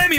le, mi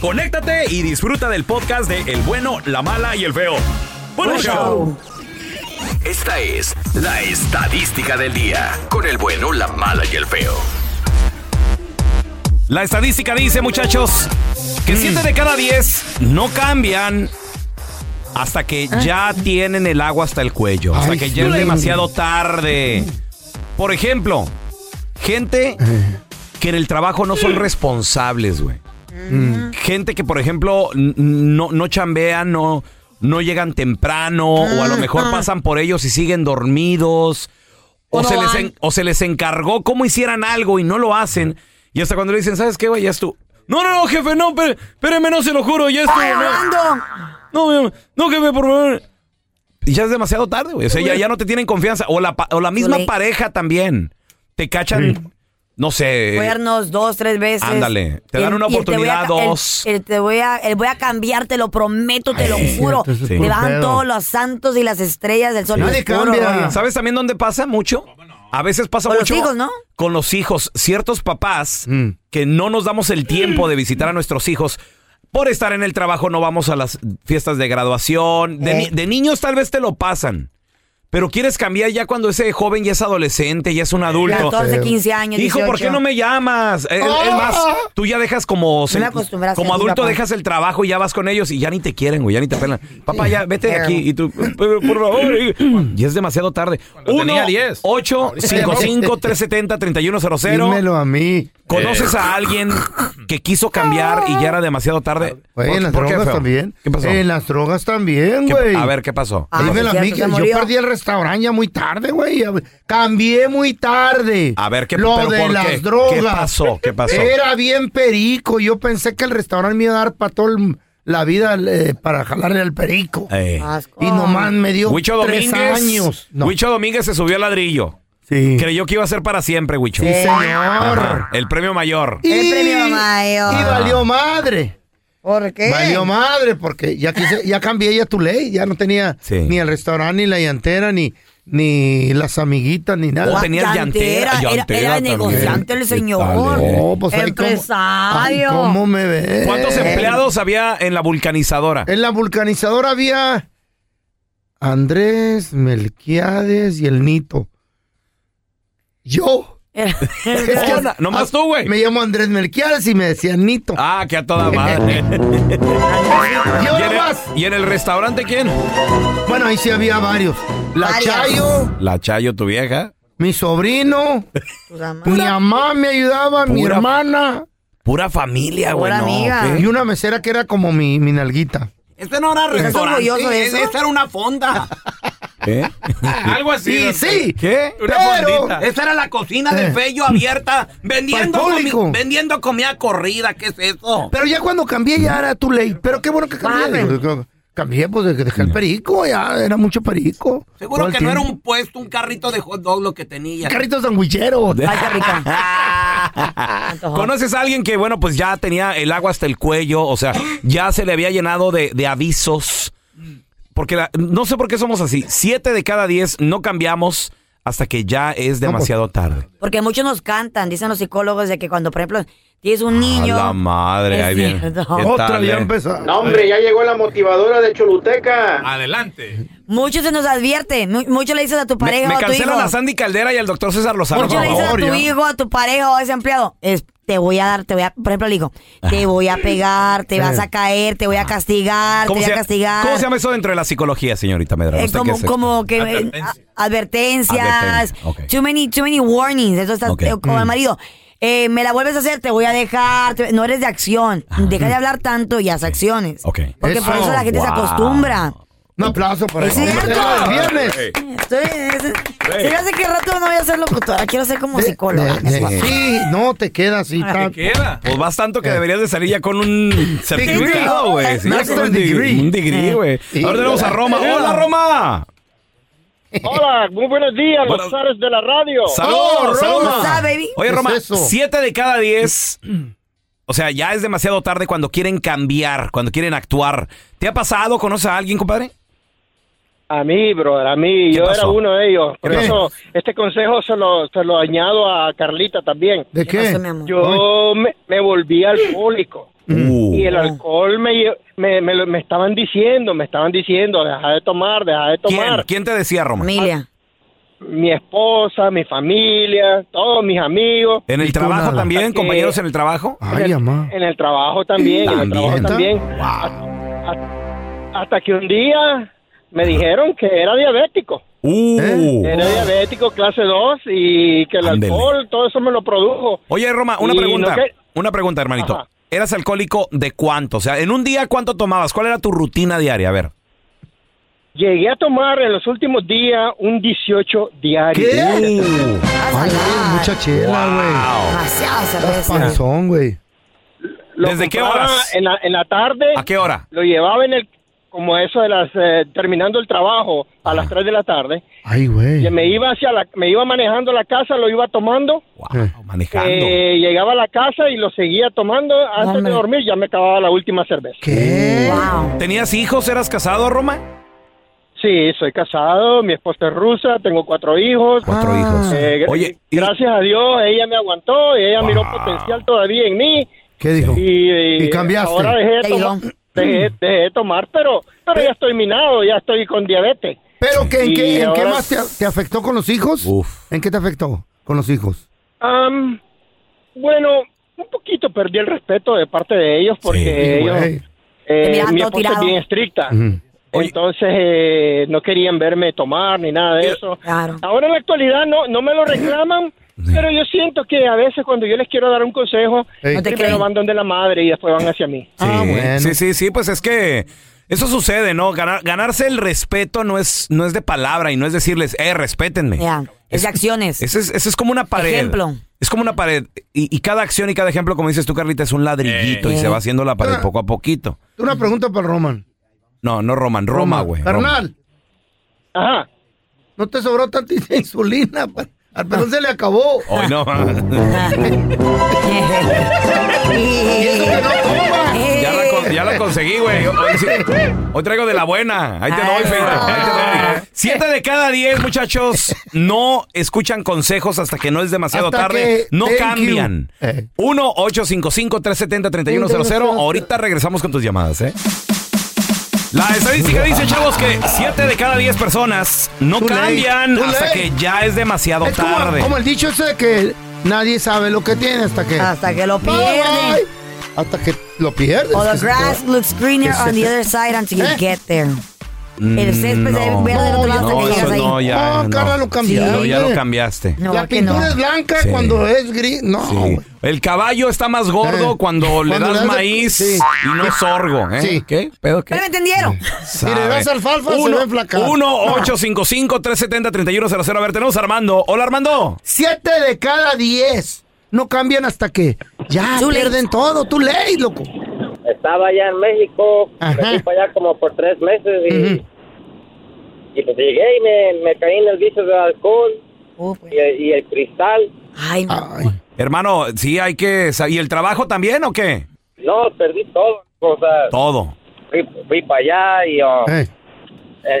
conéctate y disfruta del podcast de El bueno, la mala y el feo. Bueno, Buen show. Esta es la estadística del día. Con el bueno, la mala y el feo. La estadística dice, muchachos, que 7 de cada 10 no cambian hasta que ya tienen el agua hasta el cuello, hasta Ay, que ya es sí. demasiado tarde. Por ejemplo, gente que en el trabajo no son responsables, güey. Mm. Gente que, por ejemplo, n- no, no chambean, no, no llegan temprano, o a lo mejor pasan por ellos y siguen dormidos. O, O no se les van. en- o se les encargó cómo hicieran algo y no lo hacen. Y hasta cuando le dicen, ¿sabes qué, güey? Ya es tú. No, no, no, jefe, no, pero- espéreme, no se lo juro, ya estuvo. No, Ando. no, mi- no, jefe, por favor. Y ya es demasiado tarde, güey. O sea, ya, ya no te tienen confianza. O la, pa- o la misma Ole. pareja también. Te cachan, no sé. Cuernos dos, tres veces. Eh, Ándale, te dan El- una y el te voy a oportunidad, ca- el- dos. el te voy a, el voy a cambiar, te lo prometo, te lo Ay, juro. cierto, eso es Te puro bajan pedo. todos los santos y las estrellas del sol. Sí. no Nadie es puro cambia. rollo. ¿Sabes también dónde pasa mucho? A veces pasa Con los mucho. hijos, ¿no? Con los hijos. Ciertos papás Mm. que no nos damos el tiempo de visitar a nuestros hijos. Por estar en el trabajo no vamos a las fiestas de graduación. De, Eh. ni- de niños tal vez te lo pasan. Pero quieres cambiar ya cuando ese joven ya es adolescente, ya es un adulto. 14, 15 años. Hijo, ¿por qué 18? no me llamas? Es, es más, tú ya dejas como... me acostumbré a como ser mi adulto papá. dejas el trabajo y ya vas con ellos y ya ni te quieren, güey, ya ni te pelan. Papá, ya vete de aquí. Y tú, "Pero, por favor. Y y es demasiado tarde. 1 8 55 370 3100 Dímelo a mí. Eh, ¿Conoces a alguien que quiso cambiar y ya era demasiado tarde? Güey, en las ¿Por qué, drogas feo? también. Eh, ¿Qué pasó? En las drogas también, ¿Qué- güey. a ver, ¿qué pasó? Ah, Dímelo sí, a mí, cierto, que se yo murió. perdí el restaurante ya muy tarde, güey. Ya- Cambié muy tarde. A ver, ¿qué Lo pero de por las qué? drogas. ¿Qué pasó? ¿Qué pasó? Era bien perico. Yo pensé que el restaurante me iba a dar para toda la vida eh, para jalarle al perico. Eh. Asco. Y nomás me dio Huicho tres Domínguez. años. No. Huicho Domínguez se subió al ladrillo. Sí. Creyó que iba a ser para siempre, Huicho. Sí, señor. Ajá, El premio mayor. Y, El premio mayor. Y valió madre. Ah. ¿Por qué? Valió madre porque ya quise- ya cambié ya tu ley, ya no tenía Sí. ni el restaurante ni la llantera ni ni las amiguitas ni Oh, nada. tenías llantera, era- era, llantera también. eh? negociante el señor. Dale. No, pues ahí cómo- ay, Empresario. Eh, cómo, me ves. ¿Cuántos empleados Eh. había en la vulcanizadora? En la vulcanizadora había Andrés, Melquiades y el Nito. Yo. Es que- Hola, nomás tú, güey. Me llamo Andrés Melquiades y me decían Nito. Ah, que a toda madre. Yo ¿Y, en el, nomás. y en el restaurante quién? Bueno, ahí sí había varios. La Varios. Chayo, La Chayo, tu vieja. mi sobrino, Tus amantes. mi mamá me ayudaba, mi pura- hermana Pura familia, güey. Pura no, amiga. ¿qué? y una mesera que era como mi, mi nalguita. Este no era ¿Estás restaurante, eh, orgulloso de es- eso? esta era una fonda. ¿Eh? Algo así. Y don- sí, ¿Qué? Una pero- fondita. Esa era la cocina Eh. del Fello abierta, vendiendo, Pa'l comi- público. vendiendo comida corrida, ¿qué es eso? Pero ya cuando cambié ya era tu ley. Pero qué bueno que cambié. Madre. Digo, Cambié, pues de que dejé el perico, ya era mucho perico. Seguro Todo el que no era tiempo. un puesto, un carrito de hot dog lo que tenía. carrito sandwichero. Ay, qué rico. ¿Conoces a alguien que, bueno, pues ya tenía el agua hasta el cuello? O sea, ya se le había llenado de, de avisos. Porque la- no sé por qué somos así. Siete de cada diez no cambiamos hasta que ya es demasiado tarde. Porque muchos nos cantan, dicen los psicólogos, de que cuando, por ejemplo, tienes un niño. A la madre, ahí Es viene. cierto. ¿Qué Otra tal, ya eh? empezó. ya llegó la motivadora de Choluteca. Adelante. Muchos se nos advierte. mu- Mucho le dices a tu Me, pareja me o a tu hijo. cancelan a Sandy Caldera y al doctor César Lozano, Mucho por le dices a favor. tu ya. hijo, a tu pareja o a ese empleado. es- te voy a dar, te voy a, por ejemplo, le digo, te voy a pegar, te vas a caer, te voy a castigar, te ¿Cómo voy se, a castigar. cómo se llama eso dentro de la psicología, señorita Medrano? Eh, ¿Usted qué como, es? como que eh, a- advertencias, Advertencias, ok. too many, too many warnings, eso está Ok. Mm. eh, como el marido. eh, me la vuelves a hacer, te voy a dejar, te- no eres de acción, deja de hablar tanto y haz acciones. Mm. Ok. Porque por Eso. eso la gente se Wow. acostumbra. Un aplauso para Es el hombre. cierto. El viernes. Estoy, es- se me hace que rato no voy a ser locutora, quiero ser como psicóloga. Eh, eh, Sí, no te quedas así. tan- Queda. Pues vas tanto Eh. que deberías de salir ya con un certificado, güey. Sí, ya Master con un degree. degree. Un degree, güey. Eh. Sí. Ahora tenemos a Roma. ¡Hola, Roma! Hola, muy buenos días, Buenos- los zares de la radio. Oh, ¡Saludos, Roma. saludos! Ah, baby. Oye, ¿Qué Roma, es eso? siete de cada diez. O sea, ya es demasiado tarde cuando quieren cambiar, cuando quieren actuar. ¿Te ha pasado? ¿Conoces a alguien, compadre? A mí, brother, a mí, ¿Qué yo pasó? era uno de ellos. Por ¿Qué? eso, este consejo se lo, se lo añado a Carlita también. ¿De ¿Qué pasó, mi qué? amor? Yo me, me volví alcohólico. Uh. Y el alcohol me, lle- me, me, lo- me estaban diciendo, me estaban diciendo, deja de tomar, deja de ¿Quién? tomar. ¿Quién te decía, Roma? Familia. Mi esposa, mi familia, todos mis amigos. ¿En el tú trabajo nada. también? Aquí- ¿Compañeros en el trabajo? Ay, mamá. En el trabajo también, en el trabajo ¿También? también. Hasta que un día me dijeron que era diabético. ¿Eh? Uh. Era diabético clase 2 y que el Ándele. alcohol, todo eso me lo produjo. Oye, Roma, una Y no pregunta. que- Una pregunta, hermanito. Ajá. ¿Eras alcohólico de cuánto? O sea, en un día, ¿cuánto tomabas? ¿Cuál era tu rutina diaria? A ver. Llegué a tomar en los últimos días un 18 diario. ¿Qué? Vas a Ay, hablar. mucha chela, Demasiada güey. Estás cerveza. panzón, güey. Lo ¿Desde qué compraba horas? En la, en la tarde. ¿A qué hora? Lo llevaba en el, como eso de las, eh, terminando el trabajo a las 3 de la tarde. Ay, güey. Y me iba hacia la, me iba manejando la casa, lo iba tomando. Wow, Eh. manejando. Eh, llegaba a la casa y lo seguía tomando antes Hombre. de dormir, ya me acababa la última cerveza. ¿Qué? Wow. ¿Tenías hijos? ¿Eras casado, Roma? Sí, soy casado, mi esposa es rusa, tengo cuatro hijos. Cuatro Ah. hijos. Eh, gra- Oye, y- gracias a Dios ella me aguantó y ella miró potencial todavía en mí ¿Qué dijo? y, eh, ¿Y cambiaste? ahora dejé Te de tomar, dejé, dejé de tomar pero pero ya estoy minado ya estoy con diabetes ¿Pero que, en, Y qué, en qué ahora- más te, te afectó con los hijos? Uf. ¿En qué te afectó con los hijos? Am, bueno un poquito perdí el respeto de parte de ellos porque Güey. ellos eh, Te miraban mi todo esposa es tirado. bien estricta Ujú. Oye. entonces eh, no querían verme tomar ni nada de eso Claro. Ahora en la actualidad no, no me lo reclaman, pero yo siento que a veces cuando yo les quiero dar un consejo, Ey. No te primero creen. van donde la madre y después van hacia mí. Ah, bueno. Sí, sí, sí, pues es que eso sucede, ¿no? Ganar- ganarse el respeto no es, no es de palabra y no es decirles, eh, respétenme. Ya, es de acciones. Ese es, ese es como una pared. Ejemplo. Es como una pared. Y, y cada acción y cada ejemplo, como dices tú, Carlita, es un ladrillito y Eh. se va haciendo la pared Ah. poco a poquito. Una pregunta para Roman. No, no Roman, Roma, güey. Roma. Carnal, Ajá. ¿no te sobró tanta insulina? pa- Al pelón se le acabó. Hoy no. ya, la, con- ya la conseguí, güey. Hoy, sí- hoy traigo de la buena. Ahí te doy, Pedro. Ahí te doy. Siete de cada diez, muchachos, no escuchan consejos hasta que no es demasiado Hasta que- tarde. no Eh, thank you. cambian. Eh. 1-855-370-3100. Ahorita regresamos con tus llamadas, ¿eh? La estadística dice, chavos, que siete de cada diez personas no Too late, cambian too hasta late. que ya es demasiado Es tarde. como, como el dicho ese de que nadie sabe lo que tiene hasta que... Hasta que lo Bye, bye. pierden. Hasta que lo pierdes. O que the se te grass looks greener que se on the te- other side until ¿Eh? you get there. va. El césped se ve verde del otro lado hasta Mm, no, que eso llegas ahí. no, ya. No, Oh, Carla, lo cambiaste. No, ya lo cambiaste. la pintura es blanca Sí. cuando es gris. No, Sí. El caballo está más gordo Eh. cuando le Cuando le das das- maíz sí. y no sorgo. ¿eh? Sí. ¿Qué? ¿Pedo qué? Pero me entendieron. Si Sabe. le das alfalfa, se va a enflacar. 1-855-370-3100. A ver, tenemos a Armando. Hola, Armando. Siete de cada diez no cambian hasta que ya Too late. pierden todo. Tú ley, loco. Estaba allá en México, me Ajá. fui para allá como por tres meses y, y pues llegué y me, me caí en el vicio del alcohol y, el- y el cristal. Ay, no. Hermano, sí hay que... sa- ¿Y el trabajo también o qué? perdí todo. O sea, Todo. fui, fui para allá y oh, eh,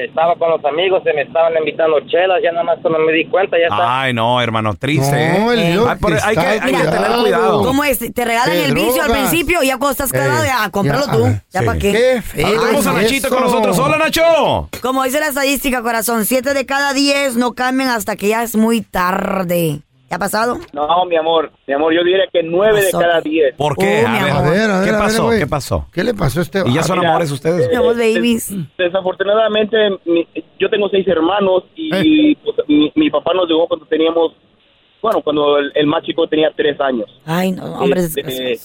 estaba con los amigos, se me estaban invitando chelas, ya nada más cuando me di cuenta ya estaba... Ay, no, hermano. Triste. No, ¿eh? el Dios Ay, por- hay que, hay que Mira, tener cuidado. ¿Cómo es? Te regalan Te el vicio al drogas. principio y ya cuando estás clavado, Eh, ya, a comprarlo ya, tú. ah, ¿Ya sí. para qué? Qué feo Ah, tenemos a es Nachito eso. con nosotros. Hola, Nacho. Como dice la estadística, corazón, siete de cada diez no cambian hasta que ya es muy tarde. ¿Ya ha pasado? No, mi amor, mi amor, yo diría que nueve de Pasó. cada diez. ¿Por qué? Oh, A mi ver, amor. Uh, ¿qué pasó? güey. ¿Qué pasó? ¿Qué le pasó a este? ¿Y ya son vato? amores ustedes? Somos babies. Desafortunadamente, mi- yo tengo seis hermanos y, Eh. y, pues, mi, mi papá nos dejó cuando teníamos, bueno, cuando el, el más chico tenía tres años. Ay, no, hombre. Este,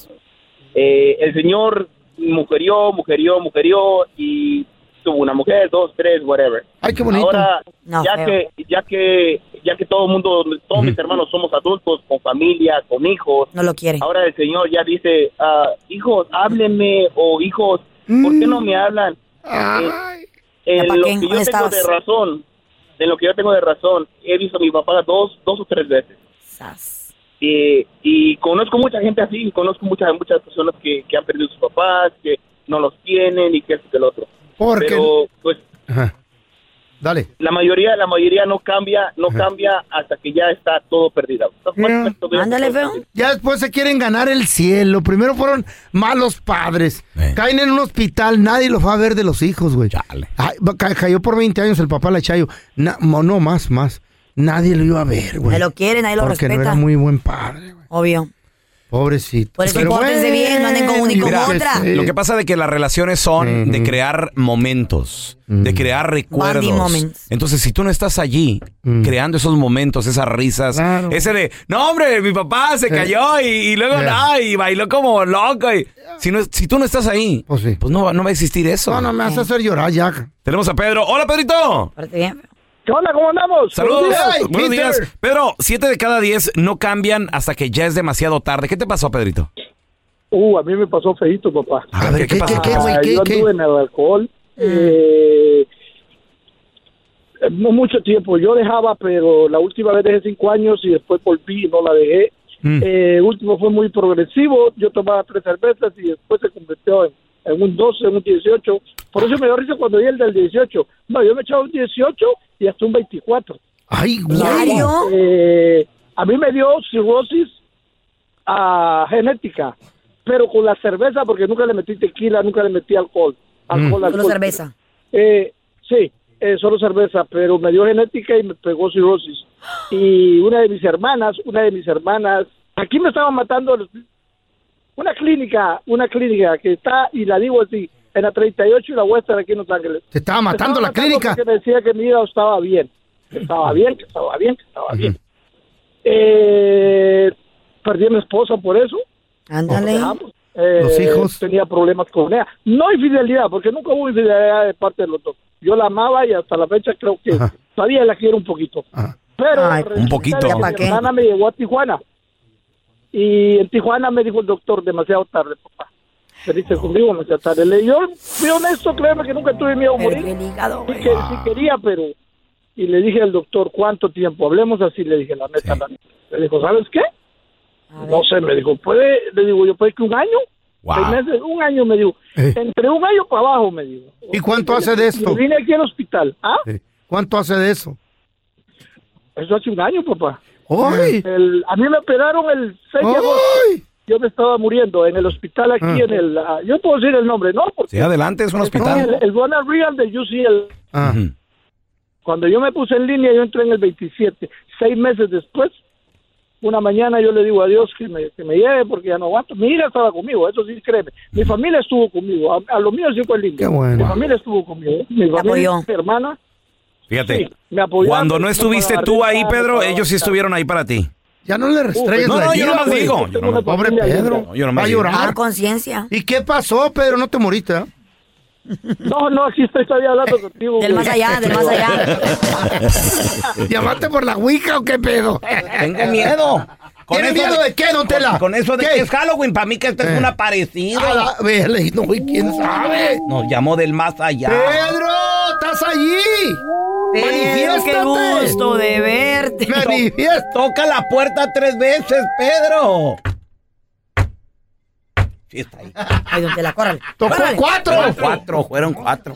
eh, el señor mujerió, mujerió, mujerió y tuvo una mujer, dos, tres, whatever. Ay, qué bonito. Ahora, No, ya feo. que ya que ya que todo el mundo, todos mis hermanos somos adultos, con familia, con hijos. No lo quieren. Ahora el señor ya dice, ah, hijos, háblenme o hijos, ¿por qué no Mm. me hablan? Eh, en ¿Ya pa' lo qué? que ¿Dónde yo tengo de estabas? razón, en lo que yo tengo de razón, he visto a mi papá dos, dos o tres veces. Y, Eh, y conozco mucha gente así, conozco muchas muchas personas que, que han perdido sus papás, que no los tienen y que esto y que el otro. Porque- Pero pues Dale. la mayoría la mayoría no cambia, no Ajá. cambia hasta que ya está todo perdido. Ándale, Ya después se quieren ganar el cielo. Primero fueron malos padres. Caen en un hospital, nadie los va a ver de los hijos, güey. Ay, va- ca- cayó por 20 años el papá la Chayo. Na- mo- no, más, más. Nadie lo iba a ver, güey. Ahí lo quieren, ahí lo Porque no era respetan. muy buen padre, güey. Obvio. Pobrecito. Por eso Pero pórtense bueno, bien, no anden con una y con mira, otra. sí. Lo que pasa de que las relaciones son de crear momentos, de crear recuerdos. moments. Entonces, si tú no estás allí creando esos momentos, esas risas, ese de, no hombre, mi papá se Eh. cayó y, y luego Yeah. no, y bailó como loco. y- si, no, si tú no estás ahí, pues, no, va- no va a existir eso. No, no, me vas a hacer llorar ya. Tenemos a Pedro. Hola, Pedrito. ¿Qué onda? ¿Cómo andamos? Saludos. Buenos días. Buenos días. Pedro, siete de cada diez no cambian hasta que ya es demasiado tarde. ¿Qué te pasó, Pedrito? Uh, a mí me pasó feito, papá. A ver, ¿qué, pasó? Ah, yo anduve en el alcohol. eh, no mucho tiempo. Yo dejaba, pero la última vez dejé cinco años y después volví y no la dejé. Mm. Eh, último fue muy progresivo. Yo tomaba tres cervezas y después se convirtió en, en un 12, en un 18. Por eso me dio risa cuando di el del 18. No, yo me echaba un 18 y hasta un 24. ¡Ay, ¿Diario? a mí me dio cirrosis ah, genética, pero con la cerveza, porque nunca le metí tequila, nunca le metí alcohol. alcohol, Solo alcohol. cerveza. Eh, sí, eh, solo cerveza, pero me dio genética y me pegó cirrosis. Y una de mis hermanas, una de mis hermanas, aquí me estaban matando los- una clínica, una clínica que está, y la digo así, en la 38 y la Western aquí en Los Ángeles. Te estaba matando la clínica. Que me decía que mi vida estaba bien, que estaba bien, que estaba bien, que estaba bien. Eh, perdí a mi esposa por eso. Ándale. Los Los hijos. Tenía problemas con ella. No infidelidad, porque nunca hubo infidelidad de parte de los dos. Yo la amaba y hasta la fecha creo que todavía la quiero un poquito. Pero Ay, resulta un poquito. de que ¿Ya pa' Mi qué? hermana me llevó a Tijuana. Y en Tijuana me dijo el doctor, demasiado tarde, papá. Me dice conmigo, demasiado tarde. Le digo, yo fui honesto, créeme que nunca tuve miedo a morir. sí, que- sí quería, pero... Y le dije al doctor, ¿cuánto tiempo? Hablemos así, le dije, la neta, la neta. Le dijo, ¿sabes qué? No sé, me dijo, puede, le digo yo, puede que un año, seis meses, un año, me dijo, entre un año para abajo, me dijo. Eh. ¿Y cuánto hace de esto? Yo vine aquí al hospital, ¿ah? ¿Cuánto hace de eso? Eso hace un año, papá. ¡Ay! El- a mí me operaron el 6 de agosto. Yo me estaba muriendo en el hospital aquí Ah. en el... ah, yo puedo decir el nombre, ¿no? Porque Sí, adelante, es un El, hospital. el Ronald Reagan de UCL. Ah. Ujú. Cuando yo me puse en línea, yo entré en el 27. Seis meses después, una mañana yo le digo a Dios que me, que me lleve porque ya no aguanto. Mi hija estaba conmigo, eso sí, créeme. Mi familia estuvo conmigo, a, a lo mío sí fue lindo. Qué bueno. Mi familia estuvo conmigo, mi Te familia, apoyó. mi hermana, Fíjate. sí, me apoyó. Cuando no estuviste tú ahí, Pedro, ellos sí estuvieron ahí para ti. Ya no le restrayes No, la no, yo gira, nomás güey. digo, yo nomás- Pobre Pobre Pedro. Pedro, yo nomás va a digo. "Ah, llorar. conciencia. ¿Y qué pasó, Pedro? No te moriste, ¿ah? No, no, aquí estoy todavía hablando contigo. Del más allá, del más allá. ¿Llamaste por la Ouija o qué pedo? Tengo miedo. ¿Tienes miedo de qué, don Tela? Con eso de ¿Qué? que es Halloween, para mí que esto es un aparecido. Eh. A la- vele, no, güey, ¿quién sabe? Nos llamó del más allá. ¡Pedro! ¡Estás allí! ¡Manifiéstate! qué gusto de verte. Toca la puerta tres veces, Pedro. Sí, está ahí. Ay, donde la corran. ¡Tocó Fueron cuatro! Fueron cuatro, fueron cuatro.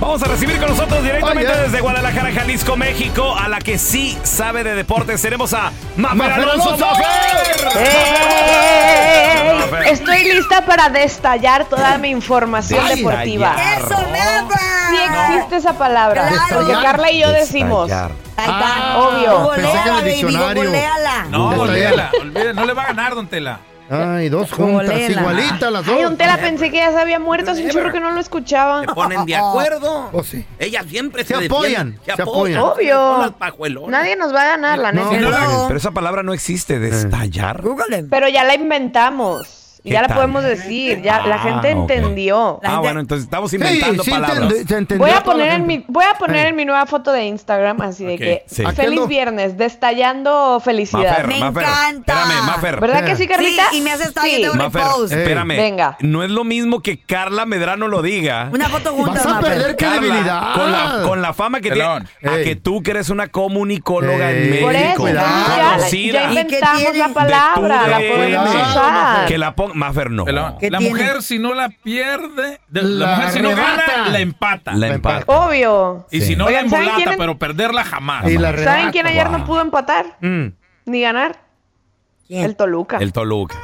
Vamos a recibir con nosotros directamente Oye. desde Guadalajara, Jalisco, México, a la que sí sabe de deportes. Tenemos a Mafer Mafer Alonso. Alonso. Eh. ¡Mafer! ¡Ey! Mafer. Estoy lista para destallar toda mi información Ay, deportiva. estallar. ¡Eso, Sí existe esa palabra. Claro. Porque Carla y yo decimos. Ahí Ah, está. Obvio. Googleala, Pensé que era el baby, diccionario. googleala. No, Ya está olvídala, olvídala, no le va a ganar, don Tela. Ay, dos juntas, Golela. igualitas las dos. Ay, don Tela, pensé que ya se había muerto. Hace un chorro que no lo escuchaba. Se ponen de acuerdo. Oh, sí. Ellas siempre se, Se defienden, apoyan, se apoyan. Obvio. Con las pajuelonas. Nadie nos va a ganar, la neta. Pero esa palabra no existe, Eh. destallar. Pero ya la inventamos. ¿Qué Ya la tal? podemos decir. Ya la Ah, gente ok. entendió. Ah, bueno, entonces estamos Sí, inventando sí, palabras. entende- se entendió Voy a toda poner la en gente. mi voy a poner en mi nueva foto de Instagram así de Ok, que sí. feliz Aquel- viernes destallando felicidad. Mafer, Me Mafer, encanta. espérame, Mafer. ¿Verdad que Eh. sí, Carlita? Sí, y me hace estallar, yo tengo Mafer, repost. Eh. espérame. Venga. No es lo mismo que Carla Medrano lo diga. Una foto juntas, Vas a Mafer. perder Carla, credibilidad. Con la, con la fama que tiene. Pelón. A que tú que eres una comunicóloga en México. Por eso, ya, ya conocida. inventamos la De palabra, tu la DN. podemos usar. Que la ponga. Mafer, no. La mujer, si no la pierde, de- la, La mujer, si no arrebata. gana, la empata. La empata. Obvio. Y si no, Oh. Oigan, la ¿saben quién embolata, en- pero perderla jamás. Y la Mm. ¿Saben quién ayer no pudo empatar ni ganar? El Toluca. El Toluca.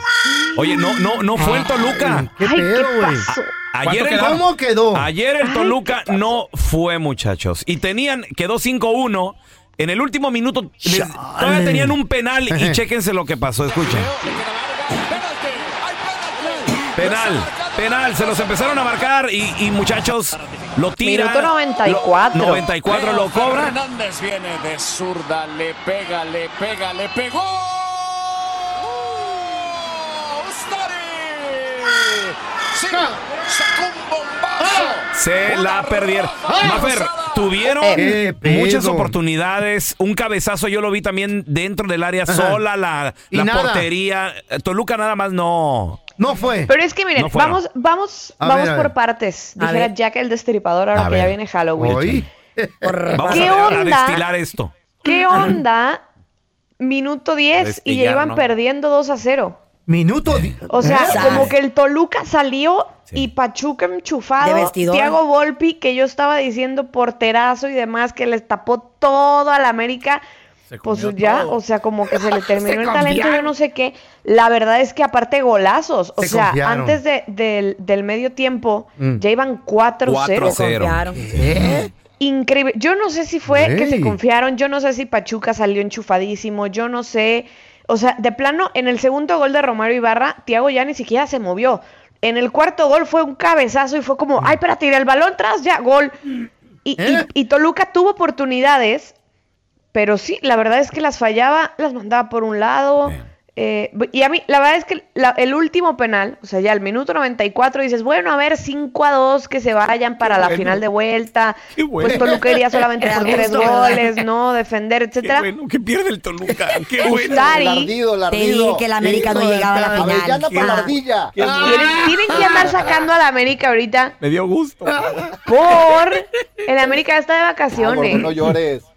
Oye, no, no, no fue el Toluca. ¿Qué Ay, pedo, ¿qué güey? pasó? Ayer el, ¿Cómo quedó? ayer el Toluca no fue, muchachos. Y tenían, quedó 5-1. En el último minuto les- todavía tenían un penal y Ajá. chéquense lo que pasó, escuchen. Penal, penal, se los empezaron a marcar y, y, muchachos lo tiran. Minuto 94. Lo- 94 lo cobran. Hernández viene de zurda, le pega, le pega, le pegó. ¡Ustari! Sí, sacó un bombazo. Ah. Se la perdieron. ¡Ay! Mafer, tuvieron Eh, ¡Qué muchas pedo! oportunidades. Un cabezazo yo lo vi también dentro del área Ajá. sola, la, Y la nada. portería. Eh, Toluca nada más no. No fue. Pero es que miren, No fueron. vamos, vamos, A vamos ver, a por ver. partes. A Dijera ver. Jack el Destripador ahora A que ya ver. viene Halloween. Hoy. Vamos ¿Qué a, a onda? destilar esto. ¿Qué onda? Minuto 10 y ya Destillar, iban ¿no? perdiendo 2 a 0. Minuto. O sea, Exacto. como que el Toluca salió y Pachuca enchufado. De vestidor. Thiago Volpi, que yo estaba diciendo porterazo y demás, que les tapó todo al América. Pues ya, o sea, como que se le terminó el talento, yo confiaron. no sé qué. La verdad es que aparte golazos, o Se sea, confiaron. antes de- del, del medio tiempo Mm. ya iban 4-0. Increíble. Yo no sé si fue que se Ey. confiaron, yo no sé si Pachuca salió enchufadísimo, yo no sé. O sea, de plano, en el segundo gol de Romario Ibarra, Tiago ya ni siquiera se movió. En el cuarto gol fue un cabezazo y fue como, ay, espérate, y el balón tras, ya, gol. Y, y- y Toluca tuvo oportunidades, pero sí, la verdad es que las fallaba, las mandaba por un lado. eh, y a mí, la verdad es que la- el último penal, o sea, ya el minuto 94, dices, bueno, a ver, 5 a 2, que se vayan para la bueno. final de vuelta. bueno. Pues Toluca iría solamente Era por justo, tres ¿verdad? goles, ¿no? Defender, etcétera. que pierde el Toluca. Qué bueno. Ustari, El ardido, el te ardido. dije que el América no Hijo de llegaba a la tal, final. ya anda por la Ah. ardilla. Ah. Ah. Tienen, tienen que andar sacando a la América ahorita Me dio gusto. por... El América está de vacaciones. llores. Me dio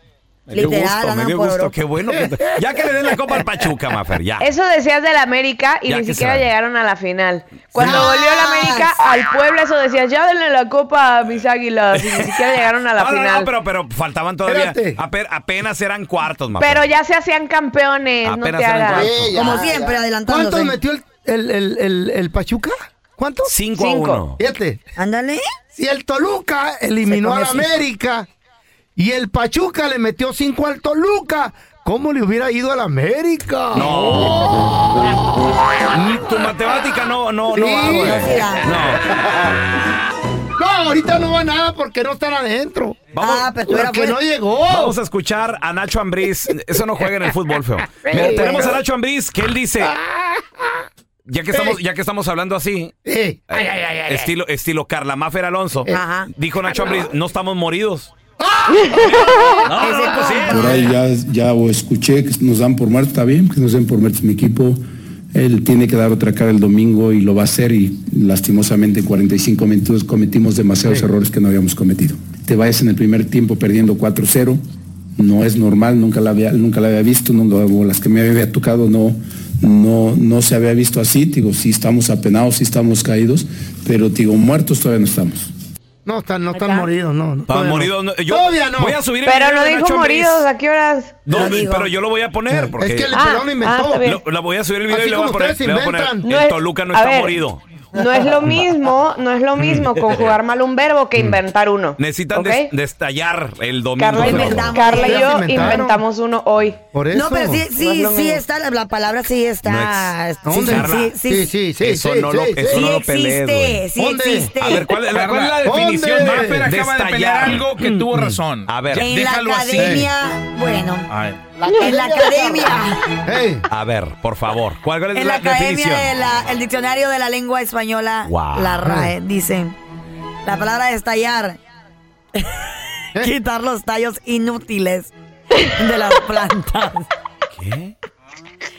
Literal, gusto, me andan dio por Eh, gusto. Europa. Qué bueno que... Ya que le den la copa al Pachuca, Mafer, ya. Eso decías del América y Ya ni que siquiera se va. llegaron a la final. Cuando volvió el América al Puebla, eso decías, ya denle la copa a mis águilas y ni siquiera llegaron a la No, no, no, final. pero, pero faltaban todavía. Ape- apenas eran cuartos, Mafer. pero ya se hacían campeones, no Apenas te eran hagas. cuartos. Sí, ya, Como siempre, adelantándose. ¿Cuántos metió el, el, el, el, el Pachuca? ¿Cuántos? Cinco a Cinco. uno. Fíjate. Ándale. Si el Toluca eliminó Se al comió cinco. América y el Pachuca le metió cinco al Toluca, ¿cómo le hubiera ido al América? Ni Mm, Tu matemática no, no, no va, Sí. Ah, güey. No, ahorita no va nada porque no están adentro. Vamos- Porque no llegó. Vamos a escuchar a Nacho Ambriz. Eso no juega en el fútbol, feo. Mira, Sí. tenemos a Nacho Ambriz que él dice. Ya que estamos, ya que estamos hablando así, Eh, estilo, estilo Carla Mafer Alonso, Ajá. dijo Nacho Ambriz, no estamos moridos. No, no, Pues no, sí. Por ahí ya, ya o escuché que nos dan por muertos, está bien, que nos den por muertos mi equipo. Él tiene que dar otra cara el domingo y lo va a hacer y lastimosamente en 45 minutos cometimos demasiados errores que no habíamos cometido. Te vayas en el primer tiempo perdiendo 4-0, no es normal, nunca la había, nunca la había visto, nunca, o las que me había tocado no, no, no se había visto así, te digo, sí estamos apenados, sí estamos caídos, pero te digo, muertos todavía no estamos. No están, no están moridos, no. no, Estaban todavía no. Oh, moridos. no, yo Todavía no. Voy a subir el Pero video no de dijo Nacho Ambriz. moridos, ¿a qué horas? No, pero yo lo voy a poner. Porque que el Ah, pelón inventó. ah, está bien. Lo- la voy a subir el video Así y le voy a como poner. ustedes le voy a poner, inventan. No el es- Toluca no a está ver. morido. No es lo mismo, no es lo mismo conjugar mal un verbo que inventar uno. Mm. Necesitan ¿ok? des- destallar el domingo. Carla, por favor. inventamos. Carla y Ya yo se inventaron. inventamos uno hoy. No, pero sí, sí, No es lo sí mismo. está, la, la palabra sí No está. ex- sí, sí, Carla, sí, sí, Eso no lo, eso sí no lo pelees, existe, güey. sí existe. A ver, ¿cuál, es la, cuál es la ¿Dónde? definición Mafer acaba de destallar? Mm. pelear algo que tuvo razón. A ver, En la academia, bueno, Ay. en la academia, A ver, por favor, ¿cuál, cuál es en la la, academia definición? del diccionario de la lengua española, Wow. la RAE, dice, la palabra destallar, ¿Eh? quitar los tallos inútiles de las plantas. ¿Qué?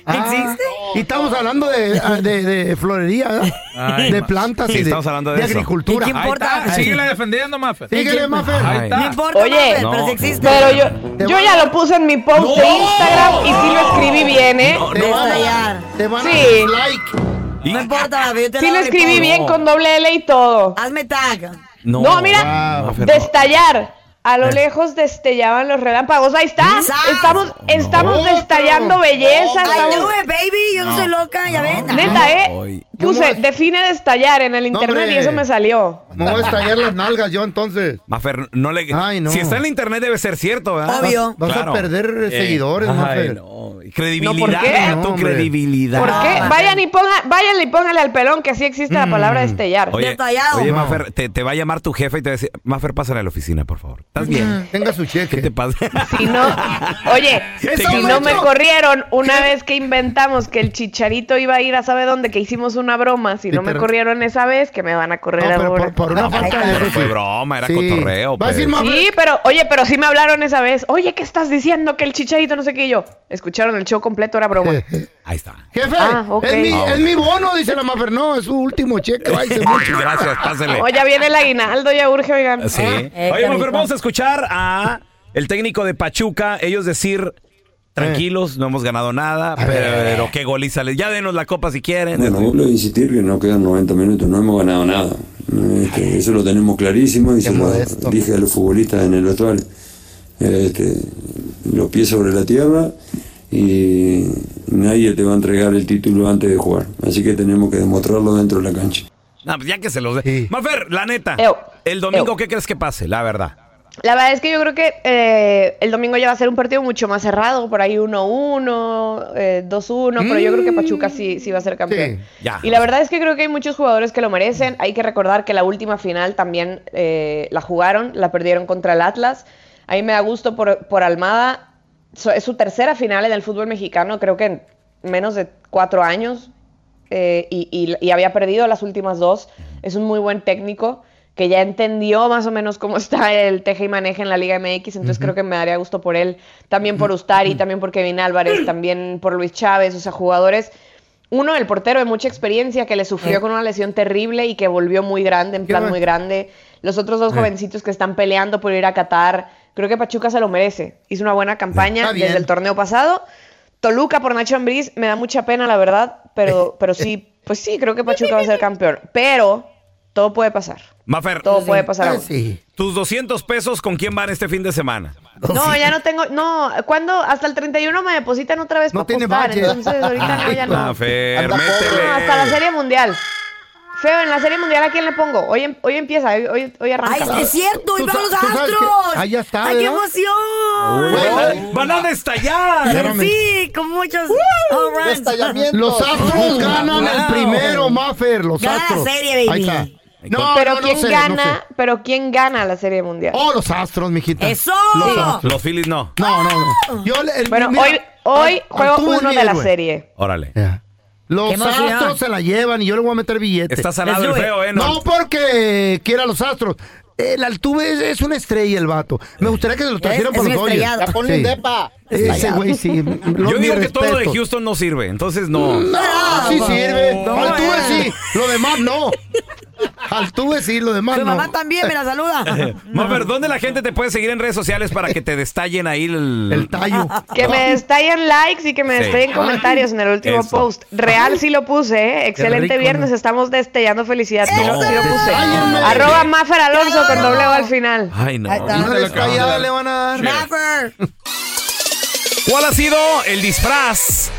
¿Existe? Ah, Y estamos hablando de, ah, de, de florería, ¿verdad? Ay, de ma- plantas sí, y de, estamos hablando de de eso. agricultura. ¿Y qué importa? Ah, síguela defendiendo, Mafer. Síguele, Mafer. Ahí está. No importa, Oye, Mafer, no. pero sí existe. Pero yo, yo ya lo puse en mi post de Instagram y sí lo escribí bien, ¿eh? Ah. No, Te van Destallar. a, te van a Sí. dar like. Y- No importa, Mafer, yo te Sí la lo doy, escribí Pablo. bien con doble L y todo. Hazme tag. no, No, mira, no, Mafer, no. destallar. A lo lejos destellaban los relámpagos. Ahí está. Exacto. Estamos, estamos Otro. destallando belleza. I estamos- knew it, baby. Yo no, soy loca, ya ven. Neta, ¿eh? Ay. Puse, define destallar en el internet hombre. y eso me salió. Me voy a estallar las nalgas yo entonces. Mafer, no le. Ay, no. Si está en la internet debe ser cierto, ¿verdad? Obvio. Vas Claro. Eh, a perder seguidores, Ay, Mafer. no. Credibilidad, No, ¿por qué? tu No, hombre. credibilidad. ¿Por qué? Ah. Vayan y pongan, vayan y pónganle al pelón que sí existe la palabra destellar. Mm. Oye, Detallado. oye No. Mafer, te, te va a llamar tu jefe y te va a decir, Mafer, pásale a la oficina, por favor. ¿Estás bien? Tenga su ¿Qué cheque. te pasa? Si no, oye, si no me corrieron una vez que inventamos que el chicharito iba a ir a sabe dónde, que hicimos una broma, si no me Literal. corrieron esa vez, que me van a No, correr pero ahora. por, por una falta de Pero fue broma, era cotorreo. Va a pues. decir Mafer. Sí, pero oye, pero sí me hablaron esa vez. Oye, ¿qué estás diciendo? Que el chicharito no sé qué y yo. Escucharon el show completo, era broma. Ahí está. Oh. Jefe, Ah, ok. es, mi, Ah, es ok. mi bono, dice la Mafer. No, es su último cheque. Ay, se Ay, gracias, pásele. O ya viene el aguinaldo, ya urge, oigan. Sí. Oye, Mafer, vamos a escuchar a el técnico de Pachuca, ellos decir, Eh. tranquilos, no hemos ganado nada, pero qué goliza, les- ya denos la copa si quieren. Este, Bueno, vuelvo a insistir que no quedan 90 minutos, no hemos ganado nada. Este, eso lo tenemos clarísimo y se lo dije a los futbolistas en el actual. Este, los pies sobre la tierra y nadie te va a entregar el título antes de jugar. Así que tenemos que demostrarlo dentro de la cancha. No, pues ya que se los dé. Mafer, la neta, el domingo, ¿qué crees que pase? La verdad. La verdad es que yo creo que eh, el domingo ya va a ser un partido mucho más cerrado, por ahí 1-1, eh, 2-1, pero yo creo que Pachuca sí, sí va a ser campeón. Ya. Y la verdad es que creo que hay muchos jugadores que lo merecen. Hay que recordar que la última final también eh, la jugaron, la perdieron contra el Atlas. A mí me da gusto por, por Almada. So- es su tercera final en el fútbol mexicano, creo que en menos de cuatro años. eh, y, y- y había perdido las últimas dos. Es un muy buen técnico que ya entendió más o menos cómo está el teje y maneje en la Liga MX, entonces creo que me daría gusto por él, también por Ustari, también por Kevin Álvarez, también por Luis Chávez, o sea, jugadores uno, el portero de mucha experiencia que le sufrió con una lesión terrible y que volvió muy grande, en plan va- muy grande. Los otros dos Eh. jovencitos que están peleando por ir a Qatar, creo que Pachuca se lo merece. Hizo una buena campaña Está bien. desde el torneo pasado. Toluca por Nacho Ambriz, me da mucha pena, la verdad, Eh, pero, pero sí, pues sí, creo que Pachuca va a ser campeón. Pero todo puede pasar. Mafer, Todo puede Ah, pasar aún. tus 200 pesos, ¿con quién van este fin de semana? No, ya no tengo, no, cuando hasta el 31 me depositan otra vez para apostar, bache. entonces ahorita no, ya no. Mafer, Anda, métele. No, hasta la Serie Mundial. Feo, en la Serie Mundial, ¿a quién le pongo? Hoy, em- hoy empieza, hoy- hoy, hoy arranca. ¡Ay, es cierto! ¡Y Tú van los sa- tú sabes que- astros! ahí ya está, ¡Ay, qué ¿verdad? emoción! Güey, ¡Van a destallar! Sí, con muchos home runs. Los Astros ganan el primero, Mafer. Los Gana la Astros. serie, baby. Ahí está. No, pero no, no quién sé, no gana, sé. pero quién gana la Serie Mundial. Oh, los Astros, mijita. ¡Eso! Los Sí. Astros. Los Phillies no. No, no, no. Yo le- el- Bueno, mira, hoy, hoy Ar- juego Arturo es uno mi de la héroe. serie. Órale. Los emoción. Astros se la llevan y yo le voy a meter billete. Está salado Let's do el it. feo, ¿eh? No- No, porque quiera los Astros. El Altuve es, es una estrella, el vato. Eh. Me gustaría que se lo trajeran Es- por es los un Dodgers. estrellado. Ya ponle un depa. Ese Estrellado. güey sí. Yo digo que todo lo de Houston. Houston no sirve, entonces no. No, sí sirve. No, Altuve eh. sí, lo demás no. Altuve sí, lo demás Su no. mamá también me la saluda. Mafer, ¿dónde la gente te puede seguir en redes sociales para que te destallen ahí el, tallo? Que me destallen likes y que me Sí. destallen comentarios en el último Eso. post. Real sí lo puse, ¿eh? Excelente rico, viernes, estamos destellando felicidad. Sí, No. lo, sí lo puse. Destállenme. Arroba Mafer Alonso con doble O al final. Ay, no. Ahí está. Mira lo que van a dar. le van a dar. Sí. ¿Cuál ha sido el disfraz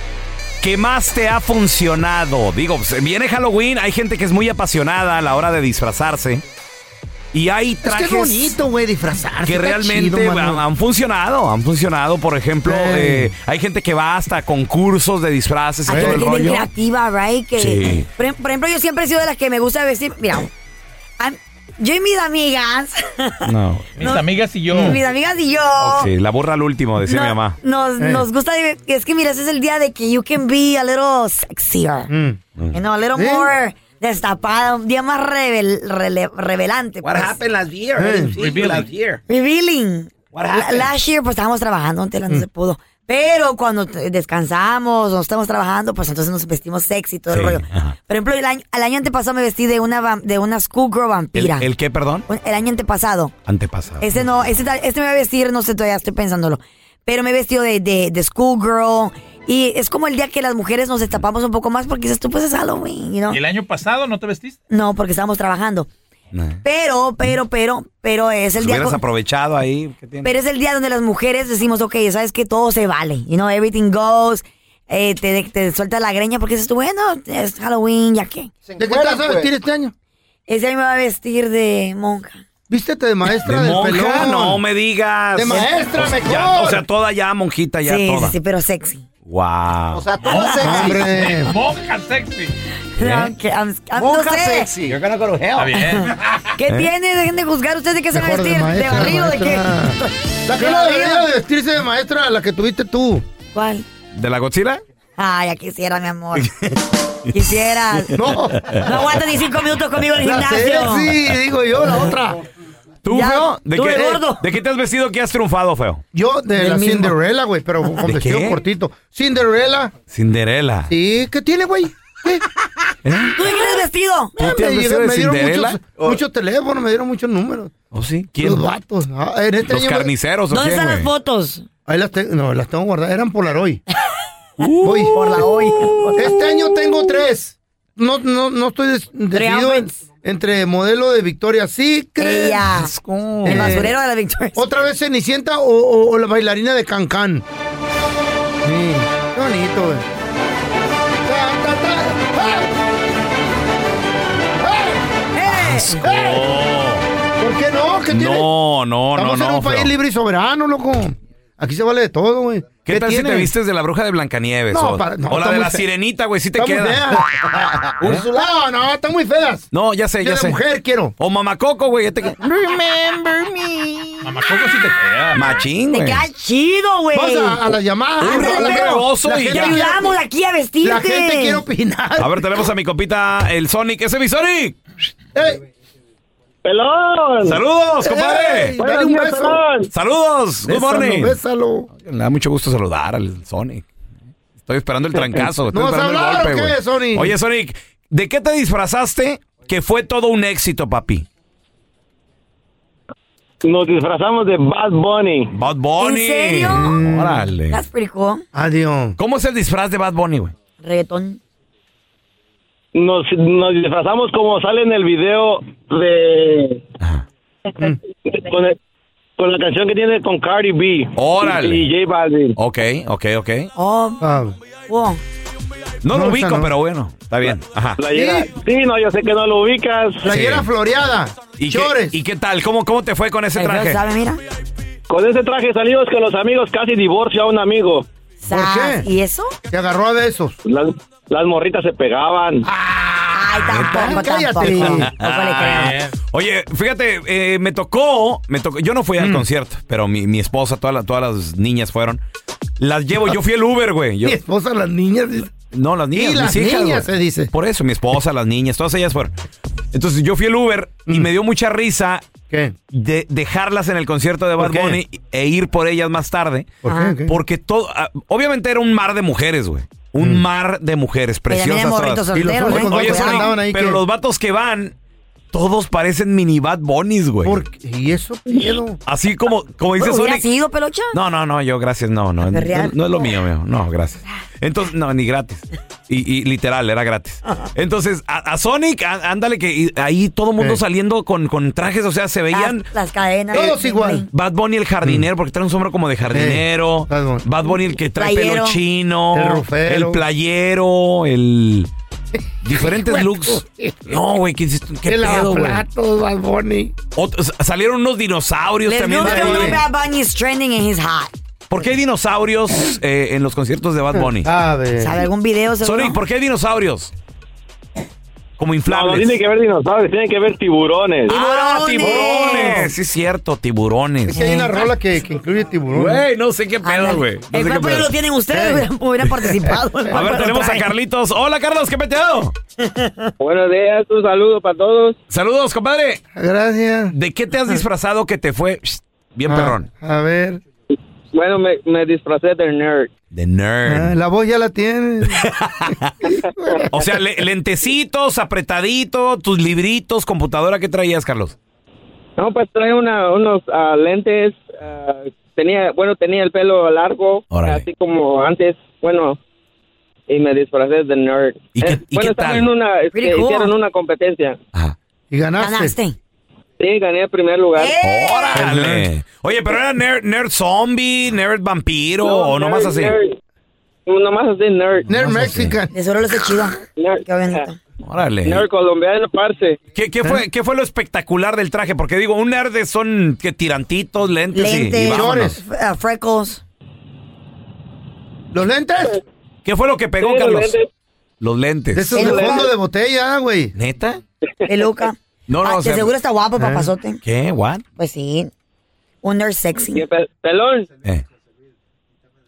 que más te ha funcionado? Digo, pues, viene Halloween, hay gente que es muy apasionada a la hora de disfrazarse. Y hay Es que trajes es bonito, güey, disfrazarse. que está realmente chido, han, mano. han funcionado, han funcionado. Por ejemplo, eh, hay gente que va hasta concursos de disfraces y Hay todo gente el Ah, que es bien rollo. creativa, right? Que, Sí. por, em, por ejemplo, yo siempre he sido de las que me gusta vestir. Mira, a- yo y mis amigas, No. Mis amigas y yo. mis amigas y yo, Sí, la burra al último, decía mi mamá. nos, Eh. nos gusta. de- Es que mira, ese es el día de que you can be a little sexier. You know, a little Sí. more destapada, un día más revel- rele- revelante. What pues. happened last year? Eh. Sí, last year. Revealing. What La- happened? Mm. Last year, pues estábamos trabajando, entonces no se pudo. Pero cuando t- descansamos o estamos trabajando, pues entonces nos vestimos sexy y todo el rollo. Por ejemplo, el año, el año antepasado me vestí de una, vam- de una schoolgirl ¿El, Ah. vampira. el qué, perdón? Un- el año antepasado. Antepasado. Este no, este, tal- este me va a vestir, no sé todavía, estoy pensándolo. Pero me he vestido de, de, de schoolgirl. Y es como el día que las mujeres nos destapamos un poco más porque dices, tú pues es Halloween, you know? ¿Y el año pasado no te vestiste? No, porque estábamos trabajando. Nah. Pero, pero, pero, pero es el Si día... hubieras con- aprovechado ahí. ¿qué tiene? pero es el día donde las mujeres decimos, ok, sabes que todo se vale, you know, everything goes, eh, te, te suelta la greña porque dices tú, bueno, es Halloween, ya qué. ¿De qué te vas pues. a vestir este año? Ese año me va a vestir de monja. Vístete de maestra ¿De del monja? pelón. No me digas. De maestra, o sea, mejor. ya- o sea, toda ya, monjita, ya sí, toda. sí, sí, pero sexy. Wow. todo Hombre. Monja sexy. ¿eh? No, que- I'm- I'm- no Monja sé. sexy. You're gonna go to hell. Está bien. ¿Qué ¿Eh? tiene? Dejen de juzgar ustedes de qué se van a Mejor de vestir. ¿De, maestra, barrido? ¿De qué? maestra. La que ¿De no barrido? debería de vestirse de maestra, la que tuviste tú. ¿Cuál? ¿De la Godzilla? Ay, ya quisiera, mi amor. Quisiera. No. No aguantas ni cinco minutos conmigo en el La gimnasio. sexy, digo yo, la otra. ¿Tú, Ya, feo? ¿De tú qué, eh, de gordo. ¿De qué te has vestido que has triunfado, feo? Yo de Del la mismo. Cinderella, güey, pero con ¿De vestido qué? cortito. Cinderella. Cinderela. Sí, ¿qué tiene, güey? ¿Qué? ¿Tú de qué eres vestido? ¿Tú te has me, vestido dieron, de me dieron Cinderella? muchos, muchos teléfonos, me dieron muchos números. ¿O ¿Oh, sí? ¿Quién? Los vatos. Ah, en este ¿Los año, güey. carniceros o ¿Dónde quién, están las güey? fotos? Ahí las tengo, no, las tengo guardadas. Eran Polaroid. Uh. Voy. Por la hoy. Este año tengo tres. No, no, no estoy des- decidido en- entre modelo de Victoria Secret. Ella. El basurero de la Victoria Otra vez Cenicienta o, o- o la bailarina de Cancán. Sí. Qué bonito, güey. ¿Por qué no? ¿Qué tiene? No, no, no, Estamos en no. un país feo. libre y soberano, loco. Aquí se vale de todo, güey. ¿Qué, tal si te tiene? vistes de la bruja de Blancanieves? No, o, para- no, o la está de muy la fea. sirenita, güey, sí te Está muy queda. fea. ¿Eh? Úrsula. No, no, están muy feas. No, ya sé, Yo ya de sé. mujer quiero. O mamacoco, güey, ya te queda. Remember me. Mamacoco sí te queda. Machín, Te güey. queda chido, güey. Vamos a- a las llamadas. Ándale, Un rollo pero baboso la y gente- ya. Te ayudamos aquí a vestirte. La gente quiere opinar. A ver, tenemos a mi copita, el Sonic. ¡Ese es mi Sonic! ¡Pelón! ¡Saludos, compadre! Ey, dale un Buenos días, beso. Pelón. ¡Saludos! ¡Good Bésalo, morning! Bésalo. Me da mucho gusto saludar al Sonic. Estoy esperando el trancazo. Estoy ¿No vas a esperando hablar o el golpe, qué, güey. Sonic? Oye, Sonic, ¿de qué te disfrazaste que fue todo un éxito, papi? Nos disfrazamos de Bad Bunny. Bad Bunny. ¿En serio? Mm, Órale. ¿Las explicó? Adiós. ¿Cómo es el disfraz de Bad Bunny, güey? Reggaetón. Nos, nos disfrazamos como sale en el video de... con, el- con la canción que tiene con Cardi B. Órale. Y J Balvin. Ok, ok, ok. Oh, Ah. wow. No, No, lo esa ubico, no. pero bueno, está bien. Ajá. Playera- ¿Sí? ¿Sí? no, yo sé que no lo ubicas. Playera floreada. ¿Y qué, ¿Y qué tal? ¿Cómo, ¿Cómo te fue con ese El feo traje? sabe, mira. Con ese traje salimos que los amigos casi divorcio a un amigo. Sas. ¿Y eso? Se agarró a besos. Las, las morritas se pegaban. Ay, Ah, tampoco, cállate. tampoco. Tampoco le creas. Ah, Oye, fíjate, eh, me tocó, me tocó, yo no fui Mm. al concierto, pero mi, mi esposa, todas las- todas las niñas fueron. Las llevo, Ah. yo fui el Uber, güey. Yo, Mi esposa, las niñas. no, las niñas, Y las mis hijas, niñas, güey. se dice. Por eso, mi esposa, las niñas, todas ellas fueron. Entonces yo fui el Uber Mm. y me dio mucha risa de dejarlas en el concierto de Bad qué? Bunny e ir por ellas más tarde. ¿Por qué? ¿Qué? Porque todo, ah, obviamente era un mar de mujeres, güey. Un Mm. mar de mujeres también preciosas. hay morritos todas. solteros, Y los ¿eh? otros Oye, vatos Sonic, andaban ahí pero que- los vatos que van, todos parecen mini Bad Bunnies, güey. ¿Y eso pedo? Así como, como dice Bueno, ¿Hubieras Sonic. ido, pelocha? No, no, no, yo gracias, no, no. No, perrear. Ah. no es lo mío, mío. No, gracias. Entonces, no, ni gratis. Y, y literal, era gratis. Entonces, a, a Sonic, á- ándale, que y- ahí todo mundo Eh. saliendo con, con trajes, o sea, se veían. Las, las cadenas. Todos igual. Mm. Bad Bunny el jardinero, porque trae un sombrero como de jardinero. Bad Bunny el que trae Playero. pelo chino. El rufero. El playero, el... Diferentes looks. No, güey, ¿qué, qué El pedo, güey? lavaplatos, Bad Bunny. Otro- s- salieron unos dinosaurios Les también. digo de que ahí. un Bad Bunny is trending and he's hot. ¿Por qué hay dinosaurios eh, en los conciertos de Bad Bunny? ¿Sabe algún video seguro? Sonic, ¿por qué hay dinosaurios? Como No, no inflables. tiene que ver dinosaurios, tiene que ver tiburones. ¡Ah, tiburones! Sí, es cierto, tiburones. Es que hay una rola que, que incluye tiburón. Güey, no sé qué pedo, Ándale. güey. No El sé qué cuerpo ya pedo. lo tienen ustedes, hubieran, hubieran participado. A ver, tenemos a Carlitos. Hola, Carlos, ¿qué peteado? Buenos días, un saludo para todos. Saludos, compadre. Gracias. ¿De qué te has disfrazado que te fue sh, bien perrón? Ah, A ver. Bueno, me, me disfracé de nerd. De nerd. Ah, La voz ya la tiene. O sea, le- lentecitos, apretadito, tus libritos, computadora, ¿qué traías, Carlos? No, pues traía una, unos ah, lentes. ah, tenía, bueno, tenía el pelo largo, así como antes. Bueno, y me disfracé de nerd. ¿Y qué, Eh, bueno, estaban en una, este, Pretty cool. hicieron una competencia. Y ganaste. Ganaste. Sí, gané el primer lugar. ¡Eh! ¡Órale! Oye, pero era nerd, nerd zombie, nerd vampiro o nomás nerd, así. nerd. Nomás así, nerd. Nerd Mexican. De seguro lo sé chido. Nerd, Qué bonito. Órale. nerd colombiano, parce. ¿Qué, qué fue, ¿Qué fue lo espectacular del traje? Porque digo, un nerd es- son que tirantitos, lentes, y- y, Lentes, vámonos. f- uh, freckles. ¿Los lentes? ¿Qué fue lo que pegó, Sí, los Carlos? lentes. Los lentes. De esos de fondo de botella, güey. ¿Neta? Peluca. No, no, Ah, o sea- ¿eh? de seguro está guapo, ¿Eh? papazote. ¿Qué? ¿What? Pues sí. Un nerd sexy. Y pe- pelón,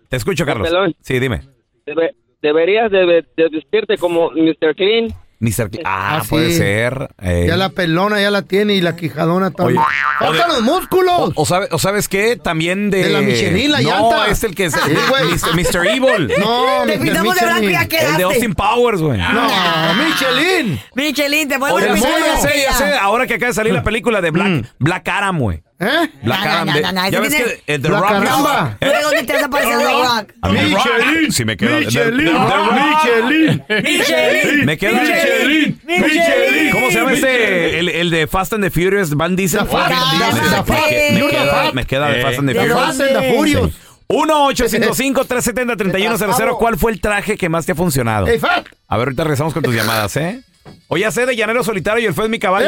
Te escucho, Carlos. Pelón. Sí, dime. debe- deberías de, de vestirte como Mr. Clean. Mr. Cl- Ah, Ah, sí. puede ser. eh. Ya la pelona ya la tiene y la quijadona Oye, también. ¡Faltan o de- los músculos! O, o sabe- o sabes qué, también de... De la Michelin, la no, llanta. es el que es... Sí, güey. Mr. Mr. Evil. No, Te Mr. pintamos de blanco y ya Michelin. quedaste. El de Austin Powers, güey. Ah. No, Michelin. Michelin, ¿Eh? te Oye, vuelvo a sí, pintar ya la sé, ya cara. sé. Ahora que acaba de salir la película de Black, Mm. Black Adam, güey. ¿Eh? Black No, no, Adam. no, de- no, no, ese ya ves tiene- que eh, The Black Rock. Caramba. ¿Eh? Luego ni te vas a parecer a The Rock. A mí The Rock, Sí, me quedo. The- The Rock. Me quedo. Michelin, Michelin. ¿Cómo se llama este? El, el de Fast and the Furious, Van Diesel. The Fast, Van Diesel. The Fast, Me The queda- Me Fast. queda, me queda de Eh. Fast and the The Furious. Fast and the Furious. 1-855-370-3100. ¿Cuál fue el traje que más te ha funcionado? Ey, Fat. A ver, ahorita regresamos con tus llamadas, ¿eh? O ya sé de Llanero Solitario y el Fue mi caballo.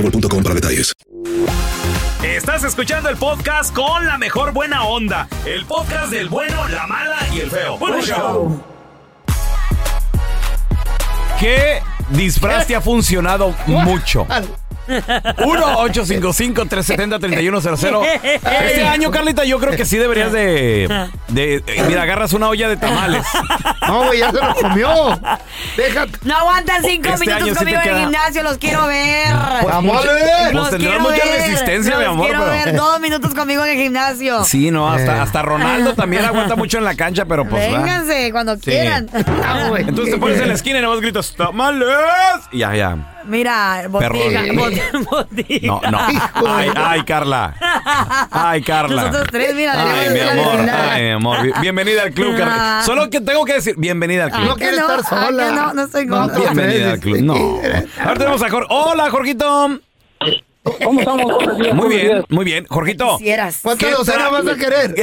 para detalles. Estás escuchando el podcast con la mejor buena onda. El podcast del bueno, la mala y el feo. Bueno, show. ¿Qué disfraz te ha funcionado mucho? 1-855-370-3100. Este año, Carlita, yo creo que sí deberías de... de- eh, mira, agarras una olla de tamales. No, güey, ya se lo comió. Déjate. No aguantan cinco Este año minutos sí conmigo en el te queda- gimnasio, los quiero ver. Pues, Vamos, mucha- pues, Los tendrás quiero mucha ver, resistencia, mi los amor, quiero pero- ver dos minutos conmigo en el gimnasio. Eh. Sí, no, Eh. hasta, hasta Ronaldo también aguanta mucho en la cancha, pero pues... va. Vénganse cuando Sí. quieran. Ah, Entonces te pones en la esquina y nada más gritas, ¡tamales! Y ya, ya. Mira, botiga, Perro. botiga, botiga. No, no. Ay, ay, Carla. Ay, Carla. Nosotros tres, mira, le Ay, vamos mi a decir amor. la verdad. Ay, mi amor. Bien- Bienvenida al club, Carla. Ah. Solo que tengo que decir, bienvenida al Ay, club. que Ah, no, ay, que No, no estoy gorda. Bienvenida al club. No. Ahora tenemos a Jorge. Hola, Jorgito. ¿Cómo estamos? Muy bien, muy bien. Jorgito. Quisieras. ¿Cuántas ¿Qué docenas tra- vas a querer?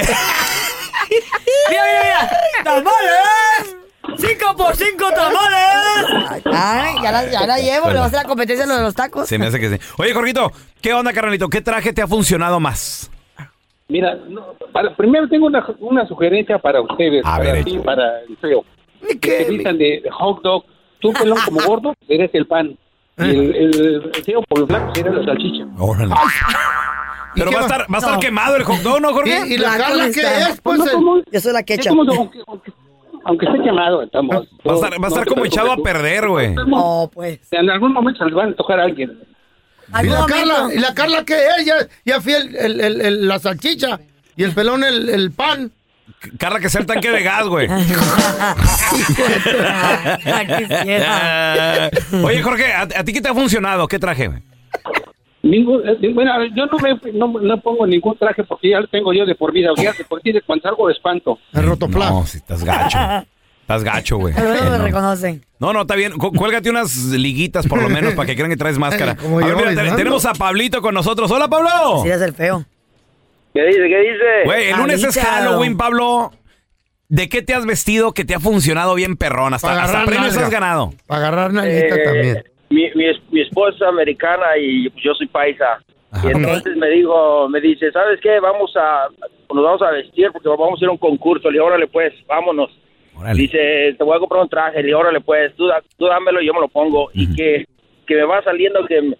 Mira, mira, mira. ¡Tamales! ¡Cinco por cinco tamales! Ay, ya la, ya la llevo, le va a hacer la competencia a lo de los tacos. Se me hace que sí. Oye, Jorgito, ¿qué onda, carnalito? ¿Qué traje te ha funcionado más? Mira, no, para- primero tengo una, una sugerencia para ustedes, para ti, para el feo. Que se vistan de hot dog. Tú, pelón, como gordo, eres el pan. Y Eh. el, el, el feo, por lo blanco, será la salchicha. Pero va a estar, va a estar quemado el hot dog, ¿no, Jorge? Pues Pues No, como- Yo soy la quecha. es como- aunque, aunque- aunque esté quemado, estamos. Va a estar, va a estar como echado a perder, güey. No, pues. En algún momento se les va a antojar a alguien. ¿Y la, Algún Carla, momento. ¿Y la Carla qué es? Ya, ya fui el, el- el- el- la salchicha y el pelón el, el pan. Carla, que sea el tanque de gas, güey. Ah, quisiera. Oye, Jorge, ¿a, a ti qué te ha funcionado? ¿Qué traje? güey? Ningún, eh, bueno, a ver, yo no, me, no, no pongo ningún traje porque ya lo tengo yo de por vida. Ya de por sí, de cuando salgo de espanto. No, si estás gacho. Estás gacho, güey. Pero luego lo reconocen. No, no, está bien. Cu- Cuélgate unas liguitas por lo menos para que crean que traes máscara. Ay, como A ver, yo, mira, te- bailando. tenemos a Pablito con nosotros. Hola, Pablo. Sí, es el feo. ¿Qué dice? ¿Qué dice? Güey, el lunes es Pablito. Halloween, Pablo. ¿De qué te has vestido que te ha funcionado bien perrón? Hasta, Para hasta agarrar premios nalga. has ganado. Para agarrar nalguita Eh, también. Mi, mi, es- mi esposa es americana y pues, yo soy paisa. Y entonces me dijo, me dice, ¿sabes qué? Vamos a, nos vamos a vestir porque vamos a hacer un concurso. Le digo, órale pues, vámonos. Dice, te voy a comprar un traje. Le digo, órale pues, tú, da- tú dámelo y yo me lo pongo. Y que, que me va saliendo que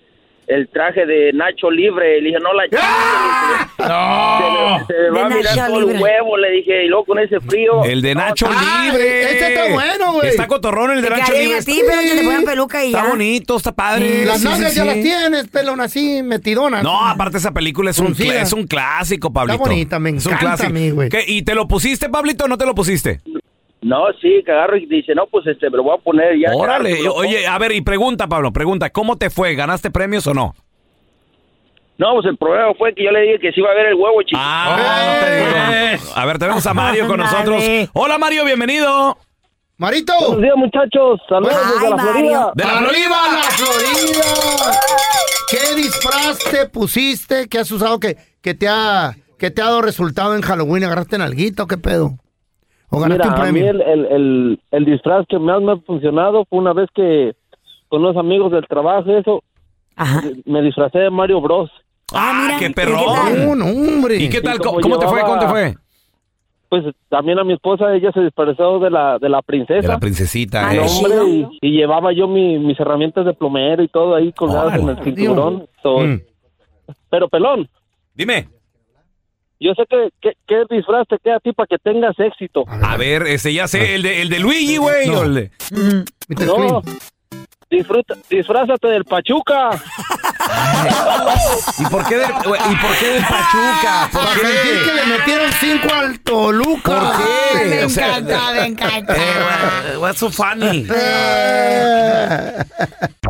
el traje de Nacho Libre. Le dije, no la chingues, ¡Ah! se, me va a De mirar Nacho todo el Libre. huevo, le dije, y luego con ese frío. El de Nacho Libre. Ah, e-, ese está bueno, güey. Está cotorrón el de Te Nacho caería Libre. a ti, pero que te pongan peluca Está bonito, está padre. Las Sí, sí, nalgas ya sí. las tienes, pelón así, metidonas. No, aparte esa película es un, Fruncida. cl- es un clásico, Pablito. bonita, me Es un encanta a clásico. mí, güey. ¿Qué? ¿Y te lo pusiste, Pablito, o no te lo pusiste? No, sí, que agarro y dice, no, pues este, me lo voy a poner ya. Órale. Claro, Oye, a ver, y pregunta, Pablo, pregunta, ¿cómo te fue? ¿Ganaste premios o no? No, pues el problema fue que yo le dije que sí iba a ver el huevo, chico. ¡Eh! Pues. A ver, tenemos a Ah, Mario con nosotros. Dale. Hola, Mario, bienvenido. Marito. Buenos días, muchachos. Saludos desde la Florida. De la ¡Arriba la Florida! ¿Qué disfraz te pusiste? ¿Qué has usado que, que, te ha, que te ha dado resultado en Halloween? ¿Agarraste en alguito? ¿Qué pedo? ¿O ganaste un Mira, a mí premio? el, el- el- el disfraz que más me ha funcionado fue una vez que con unos amigos del trabajo, eso, me disfracé de Mario Bros. Ah, qué perro. hombre. ¿Y qué tal? ¿Cómo- cómo te fue? ¿Cómo te fue? Pues también a mi esposa, ella se disfrazó de la, de la princesa. De la Ah, princesita, No, eh. hombre, y, y llevaba yo mi- mis herramientas de plomero y todo ahí colgadas en el cinturón. So- Mm. Pero, pelón. Dime. Yo sé que, que, que disfraz te queda a ti para que tengas éxito. A ver, este ya sé, el de, el de Luigi, güey. o el de- No. Disfruta, disfrázate del Pachuca. ¿Y por qué del, güey, ¿y por qué del Pachuca? ¿Por Ah, Para sentir que qué? le metieron cinco al Toluca. ¿Por qué? Me O sea, encanta, me encanta. Eh, What's so funny?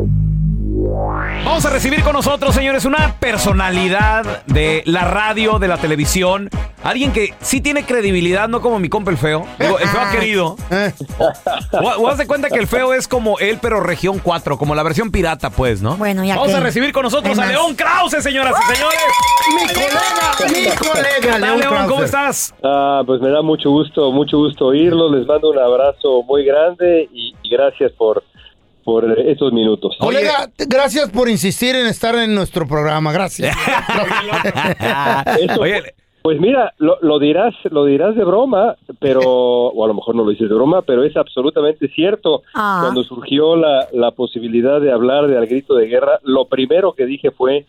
Vamos a recibir con nosotros, señores, una personalidad de la radio, de la televisión. Alguien que sí tiene credibilidad, no como mi compa el feo. Digo, el feo ha querido. O, o haz de cuenta que el feo es como él, pero región 4, como la versión pirata, pues, ¿no? Bueno, ya Vamos qué. a recibir con nosotros Hay a más. León Krause, señoras y señores. Mi colega, mi colega, Hola, León, Krause. ¿cómo estás? Ah, pues me da mucho gusto, mucho gusto oírlos. Les mando un abrazo muy grande y, y gracias por, por estos minutos. Colega, te- gracias por insistir en estar en nuestro programa. Gracias. Eso, pues mira, lo, lo dirás, lo dirás de broma, pero o a lo mejor no lo dices de broma, pero es absolutamente cierto. Ah. Cuando surgió la, la posibilidad de hablar de al grito de guerra, lo primero que dije fue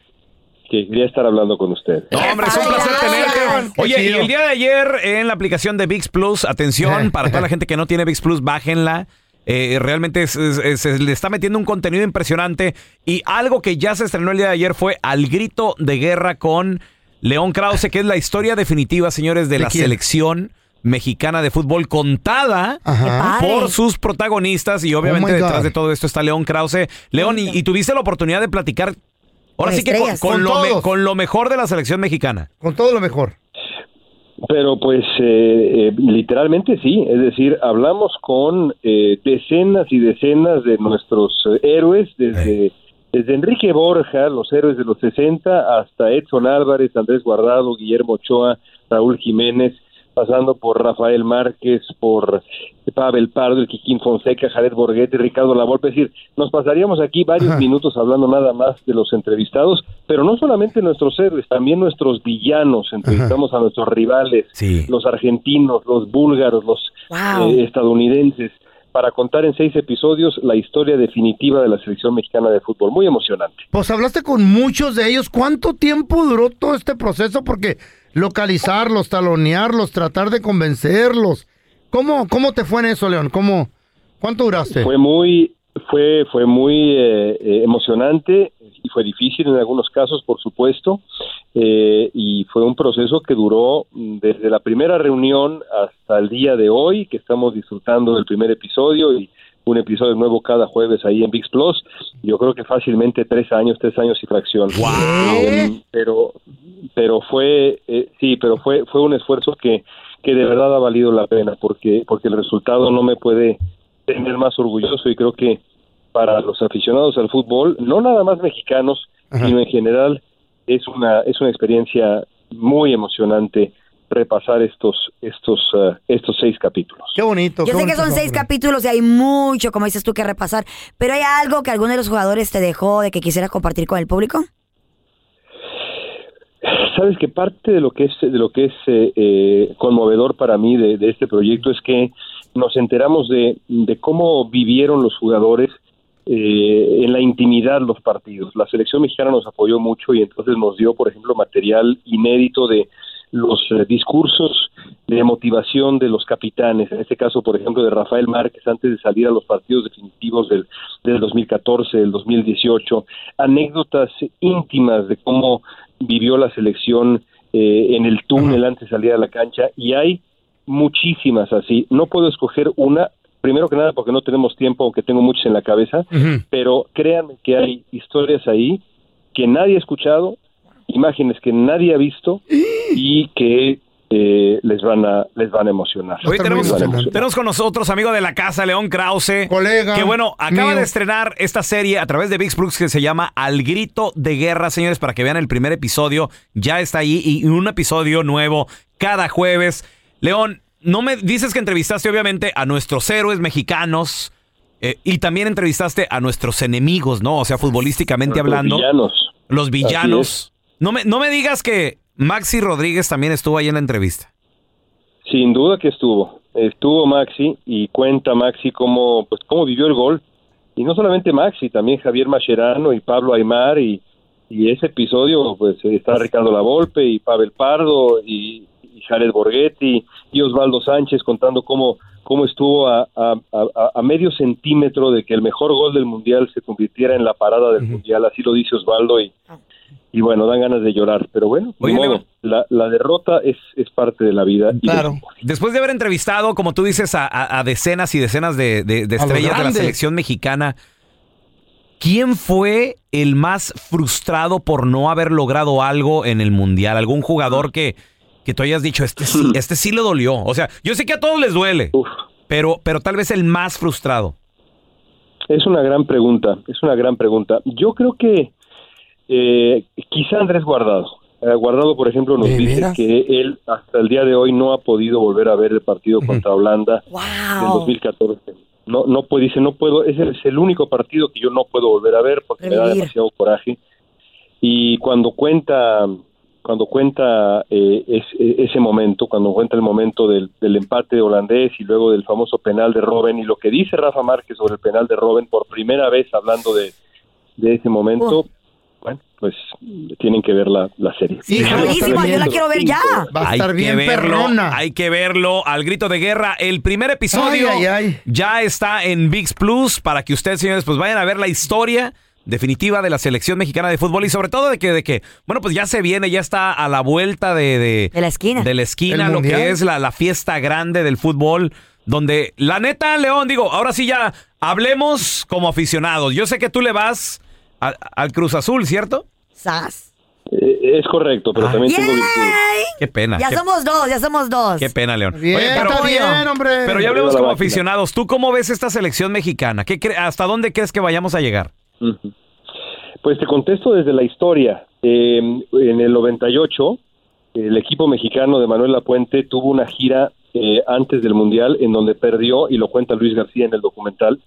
que quería estar hablando con ustedes. Hombre, es un placer tenerte. Oye, y el día de ayer en la aplicación de VIX Plus, atención, para toda la gente que no tiene VIX Plus, bájenla. Eh, realmente es- es- es- se le está metiendo un contenido impresionante. Y algo que ya se estrenó el día de ayer fue Al Grito de Guerra con León Krause, que es la historia definitiva, señores, de, ¿De la quién? selección mexicana de fútbol contada Ajá. Qué padre. por sus protagonistas. Y Oh obviamente my God. detrás de todo esto está León Krause. León, y, y tuviste la oportunidad de platicar. Con Ahora sí que con, estrellas. con Con lo me- todos. con lo mejor de la selección mexicana. Con todo lo mejor. Pero pues eh, eh, literalmente sí, es decir, hablamos con eh, decenas y decenas de nuestros eh, héroes, desde, desde Enrique Borja, los héroes de los 60, hasta Edson Álvarez, Andrés Guardado, Guillermo Ochoa, Raúl Jiménez, pasando por Rafael Márquez, por Pavel Pardo, el Quiquín Fonseca, Jared Borghetti, Ricardo Lavolpe. Es decir, nos pasaríamos aquí varios minutos hablando nada más de los entrevistados, pero no solamente nuestros héroes, también nuestros villanos. Entrevistamos a nuestros rivales, los argentinos, los búlgaros, los Wow. eh, estadounidenses, para contar en seis episodios la historia definitiva de la selección mexicana de fútbol. Muy emocionante. Pues hablaste con muchos de ellos. ¿Cuánto tiempo duró todo este proceso? Porque localizarlos, talonearlos, tratar de convencerlos. ¿Cómo, cómo te fue en eso, León? ¿Cómo, ¿Cuánto duraste? Fue muy, fue, fue muy eh, eh, emocionante y fue difícil en algunos casos, por supuesto, eh, y fue un proceso que duró mm, desde la primera reunión hasta el día de hoy, que estamos disfrutando del primer episodio y un episodio nuevo cada jueves ahí en VIX Plus. Yo creo que fácilmente tres años, tres años y fracción. Eh, pero, pero fue, eh, sí, pero fue, fue un esfuerzo que, que de verdad ha valido la pena, porque, porque el resultado no me puede tener más orgulloso y creo que para los aficionados al fútbol, no nada más mexicanos, sino en general, es una, es una experiencia muy emocionante repasar estos, estos, ah, estos seis capítulos. Qué bonito. Yo sé que son seis capítulos y hay mucho, como dices tú, que repasar. Pero hay algo que alguno de los jugadores te dejó de que quisieras compartir con el público. Sabes que parte de lo que es de lo que es eh, eh, conmovedor para mí de, de este proyecto es que nos enteramos de, de cómo vivieron los jugadores eh, en la intimidad los partidos. La selección mexicana nos apoyó mucho y entonces nos dio, por ejemplo, material inédito de los eh, discursos de motivación de los capitanes, en este caso, por ejemplo, de Rafael Márquez antes de salir a los partidos definitivos del, del 2014, del 2018, anécdotas íntimas de cómo vivió la selección eh, en el túnel antes de salir a la cancha y hay muchísimas así. No puedo escoger una, primero que nada porque no tenemos tiempo, aunque tengo muchas en la cabeza, pero créanme que hay historias ahí que nadie ha escuchado, imágenes que nadie ha visto y que eh, les van a les van a emocionar. Hoy tenemos, Les van a emocionar. tenemos con nosotros amigo de la casa, León Krause. Colega. Que bueno, acaba mío. de estrenar esta serie a través de VIX Plus que se llama Al Grito de Guerra, señores, para que vean el primer episodio. Ya está ahí y un episodio nuevo cada jueves. León, no me dices que entrevistaste obviamente a nuestros héroes mexicanos eh, y también entrevistaste a nuestros enemigos, ¿no? O sea, futbolísticamente Los hablando. villanos. Los Así villanos. No me, no me digas que Maxi Rodríguez también estuvo ahí en la entrevista. Sin duda que estuvo. Estuvo Maxi y cuenta Maxi cómo, pues, cómo vivió el gol. Y no solamente Maxi, también Javier Mascherano y Pablo Aymar. Y, y ese episodio, pues está Ricardo Lavolpe y Pavel Pardo y, y Jared Borghetti y Osvaldo Sánchez contando cómo, cómo estuvo a, a- a- a medio centímetro de que el mejor gol del Mundial se convirtiera en la parada del Mundial. Así lo dice Osvaldo y, y bueno, dan ganas de llorar. Pero bueno, ni Oye, modo. Leo. la, la derrota es, es parte de la vida. y de- Después de haber entrevistado, como tú dices, a, a- a decenas y decenas de, de- de A lo estrellas de la grande. selección mexicana, ¿quién fue el más frustrado por no haber logrado algo en el Mundial? ¿Algún jugador que, que tú hayas dicho, este sí, este sí le dolió? O sea, yo sé que a todos les duele, pero, pero tal vez el más frustrado. Es una gran pregunta, es una gran pregunta. Yo creo que eh, quizá Andrés Guardado. Eh, Guardado, por ejemplo, nos dice que él hasta el día de hoy no ha podido volver a ver el partido contra Holanda del 2014. No, no puede, dice, no puedo, ese es el único partido que yo no puedo volver a ver porque me da Revivir. demasiado coraje. Y cuando cuenta, cuando cuenta eh, es- e- ese momento, cuando cuenta el momento del, del empate holandés y luego del famoso penal de Robben y lo que dice Rafa Márquez sobre el penal de Robben por primera vez hablando de, de ese momento, bueno, pues tienen que ver la, la serie. Buenísima, yo la quiero ver ya. Va a estar que bien verlo, perrona. Hay que verlo al grito de guerra. El primer episodio Ay, ay, ay. ya está en VIX Plus para que ustedes, señores, pues vayan a ver la historia definitiva de la selección mexicana de fútbol y sobre todo de que, de que bueno, pues ya se viene, ya está a la vuelta de, de, la esquina. De la esquina, ¿El lo mundial? que es la, la fiesta grande del fútbol. Donde, la neta, León, digo, ahora sí ya hablemos como aficionados. Yo sé que tú le vas a- al Cruz Azul, ¿cierto? Sas. Eh, es correcto, Ah, Ah. pero también tengo virtudes. Qué pena. Ya qué somos dos, ya somos dos. Qué pena, León. Bien, Oye, pero, está bien, hombre. pero ya hablemos como Arriba la máquina. aficionados. ¿Tú cómo ves esta selección mexicana? ¿Qué cre- ¿Hasta dónde crees que vayamos a llegar? Ujú. Pues te contesto desde la historia. Eh, en el 98, el equipo mexicano de Manuel Lapuente tuvo una gira eh, antes del Mundial en donde perdió, y lo cuenta Luis García en el documental,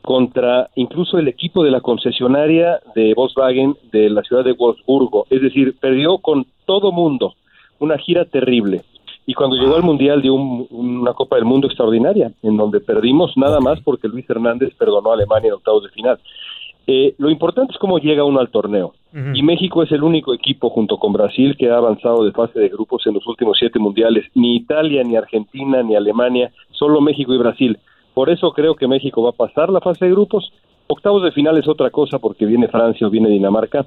contra incluso el equipo de la concesionaria de Volkswagen de la ciudad de Wolfsburgo. Es decir, perdió con todo mundo. Una gira terrible. Y cuando llegó al Mundial dio un- una Copa del Mundo extraordinaria, en donde perdimos nada más porque Luis Hernández perdonó a Alemania en octavos de final. Eh, lo importante es cómo llega uno al torneo. Y México es el único equipo junto con Brasil que ha avanzado de fase de grupos en los últimos siete mundiales. Ni Italia, ni Argentina, ni Alemania, solo México y Brasil. Por eso creo que México va a pasar la fase de grupos. Octavos de final es otra cosa porque viene Francia o viene Dinamarca.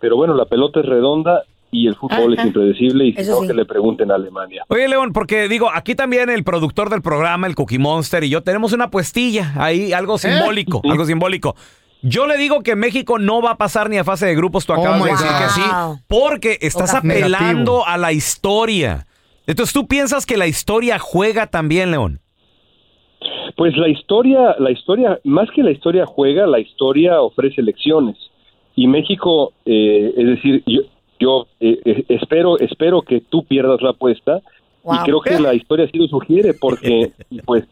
Pero bueno, la pelota es redonda y el fútbol es impredecible y si no, que le pregunten a Alemania. Oye, León, porque digo, aquí también el productor del programa, el Cookie Monster y yo, tenemos una puestilla ahí, ¿Eh? algo simbólico, algo simbólico. Yo le digo que México no va a pasar ni a fase de grupos, Oh tú acabas my de decir God. que sí, porque estás Toca- apelando Negativo. a la historia. Entonces, ¿tú piensas que la historia juega también, León? Pues la historia, la historia, más que la historia juega, la historia ofrece lecciones. Y México, eh, es decir, yo, yo, eh, eh, espero, espero que tú pierdas la apuesta Wow. y creo que la historia sí lo sugiere porque, pues,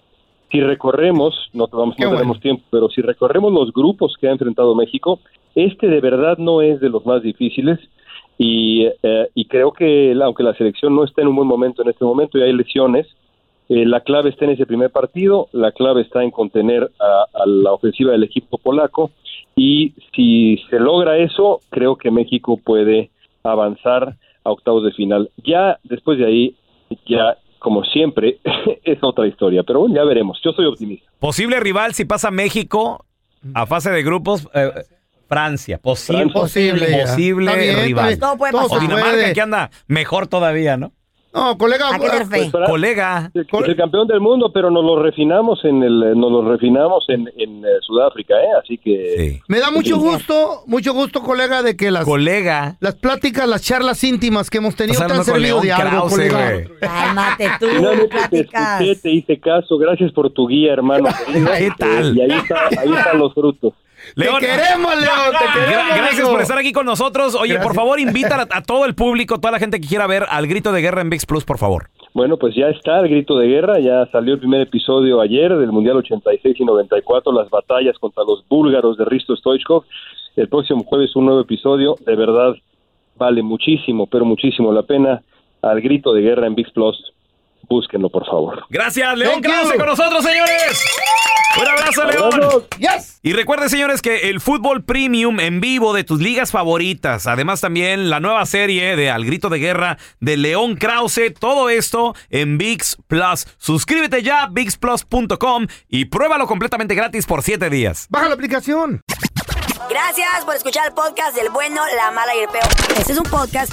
si recorremos, no, te vamos, no tenemos tiempo, pero si recorremos los grupos que ha enfrentado México, este de verdad no es de los más difíciles y, eh, y creo que la- aunque la selección no está en un buen momento en este momento y hay lesiones, Eh, la clave está en ese primer partido, la clave está en contener a, a la ofensiva del equipo polaco y si se logra eso, creo que México puede avanzar a octavos de final. Ya después de ahí, ya como siempre, es otra historia, pero bueno, ya veremos. Yo soy optimista. Posible rival si pasa México a fase de grupos. eh, Francia, posible, Posible, ya. posible Está bien, está rival. bien. Todo puede pasar. O Dinamarca, Puede. que anda mejor todavía, ¿no? No, colega. pues, Colega. El campeón del mundo, pero nos lo refinamos en el, nos lo refinamos en, en, eh, Sudáfrica, ¿eh? Así que Me da mucho gusto, mucho gusto, colega, de que las colega. las pláticas, las charlas íntimas que hemos tenido Estás te han hablando con servido León de algo, Krause, colega. güey. Cálmate tú, Finalmente te platicas. escuché, te hice caso. Gracias por tu guía, hermano. querido. ¿Qué tal? Y ahí, está- ahí están los frutos. queremos, León, te Gra- queremos, Gracias amigo. por estar aquí con nosotros. Oye, por Gracias. favor, invita a, a todo el público, toda la gente que quiera ver al grito de guerra en VIX Plus, por favor. Bueno, pues ya está el grito de guerra, ya salió el primer episodio ayer del Mundial 86 y 94, las batallas contra los búlgaros de Risto Stoichkov. El próximo jueves un nuevo episodio, de verdad vale muchísimo, pero muchísimo la pena. Al grito de guerra en VIX Plus, búsquenlo por favor. Gracias, León Thank you. Krause con nosotros, señores. Un abrazo, León. Y recuerden, señores, que el fútbol premium en vivo de tus ligas favoritas, además también la nueva serie de Al Grito de Guerra de León Krause, todo esto en VIX Plus. Suscríbete ya, VIXplus.com y pruébalo completamente gratis por 7 días. Baja la aplicación. Gracias por escuchar el podcast del bueno, la mala y el peor. Este es un podcast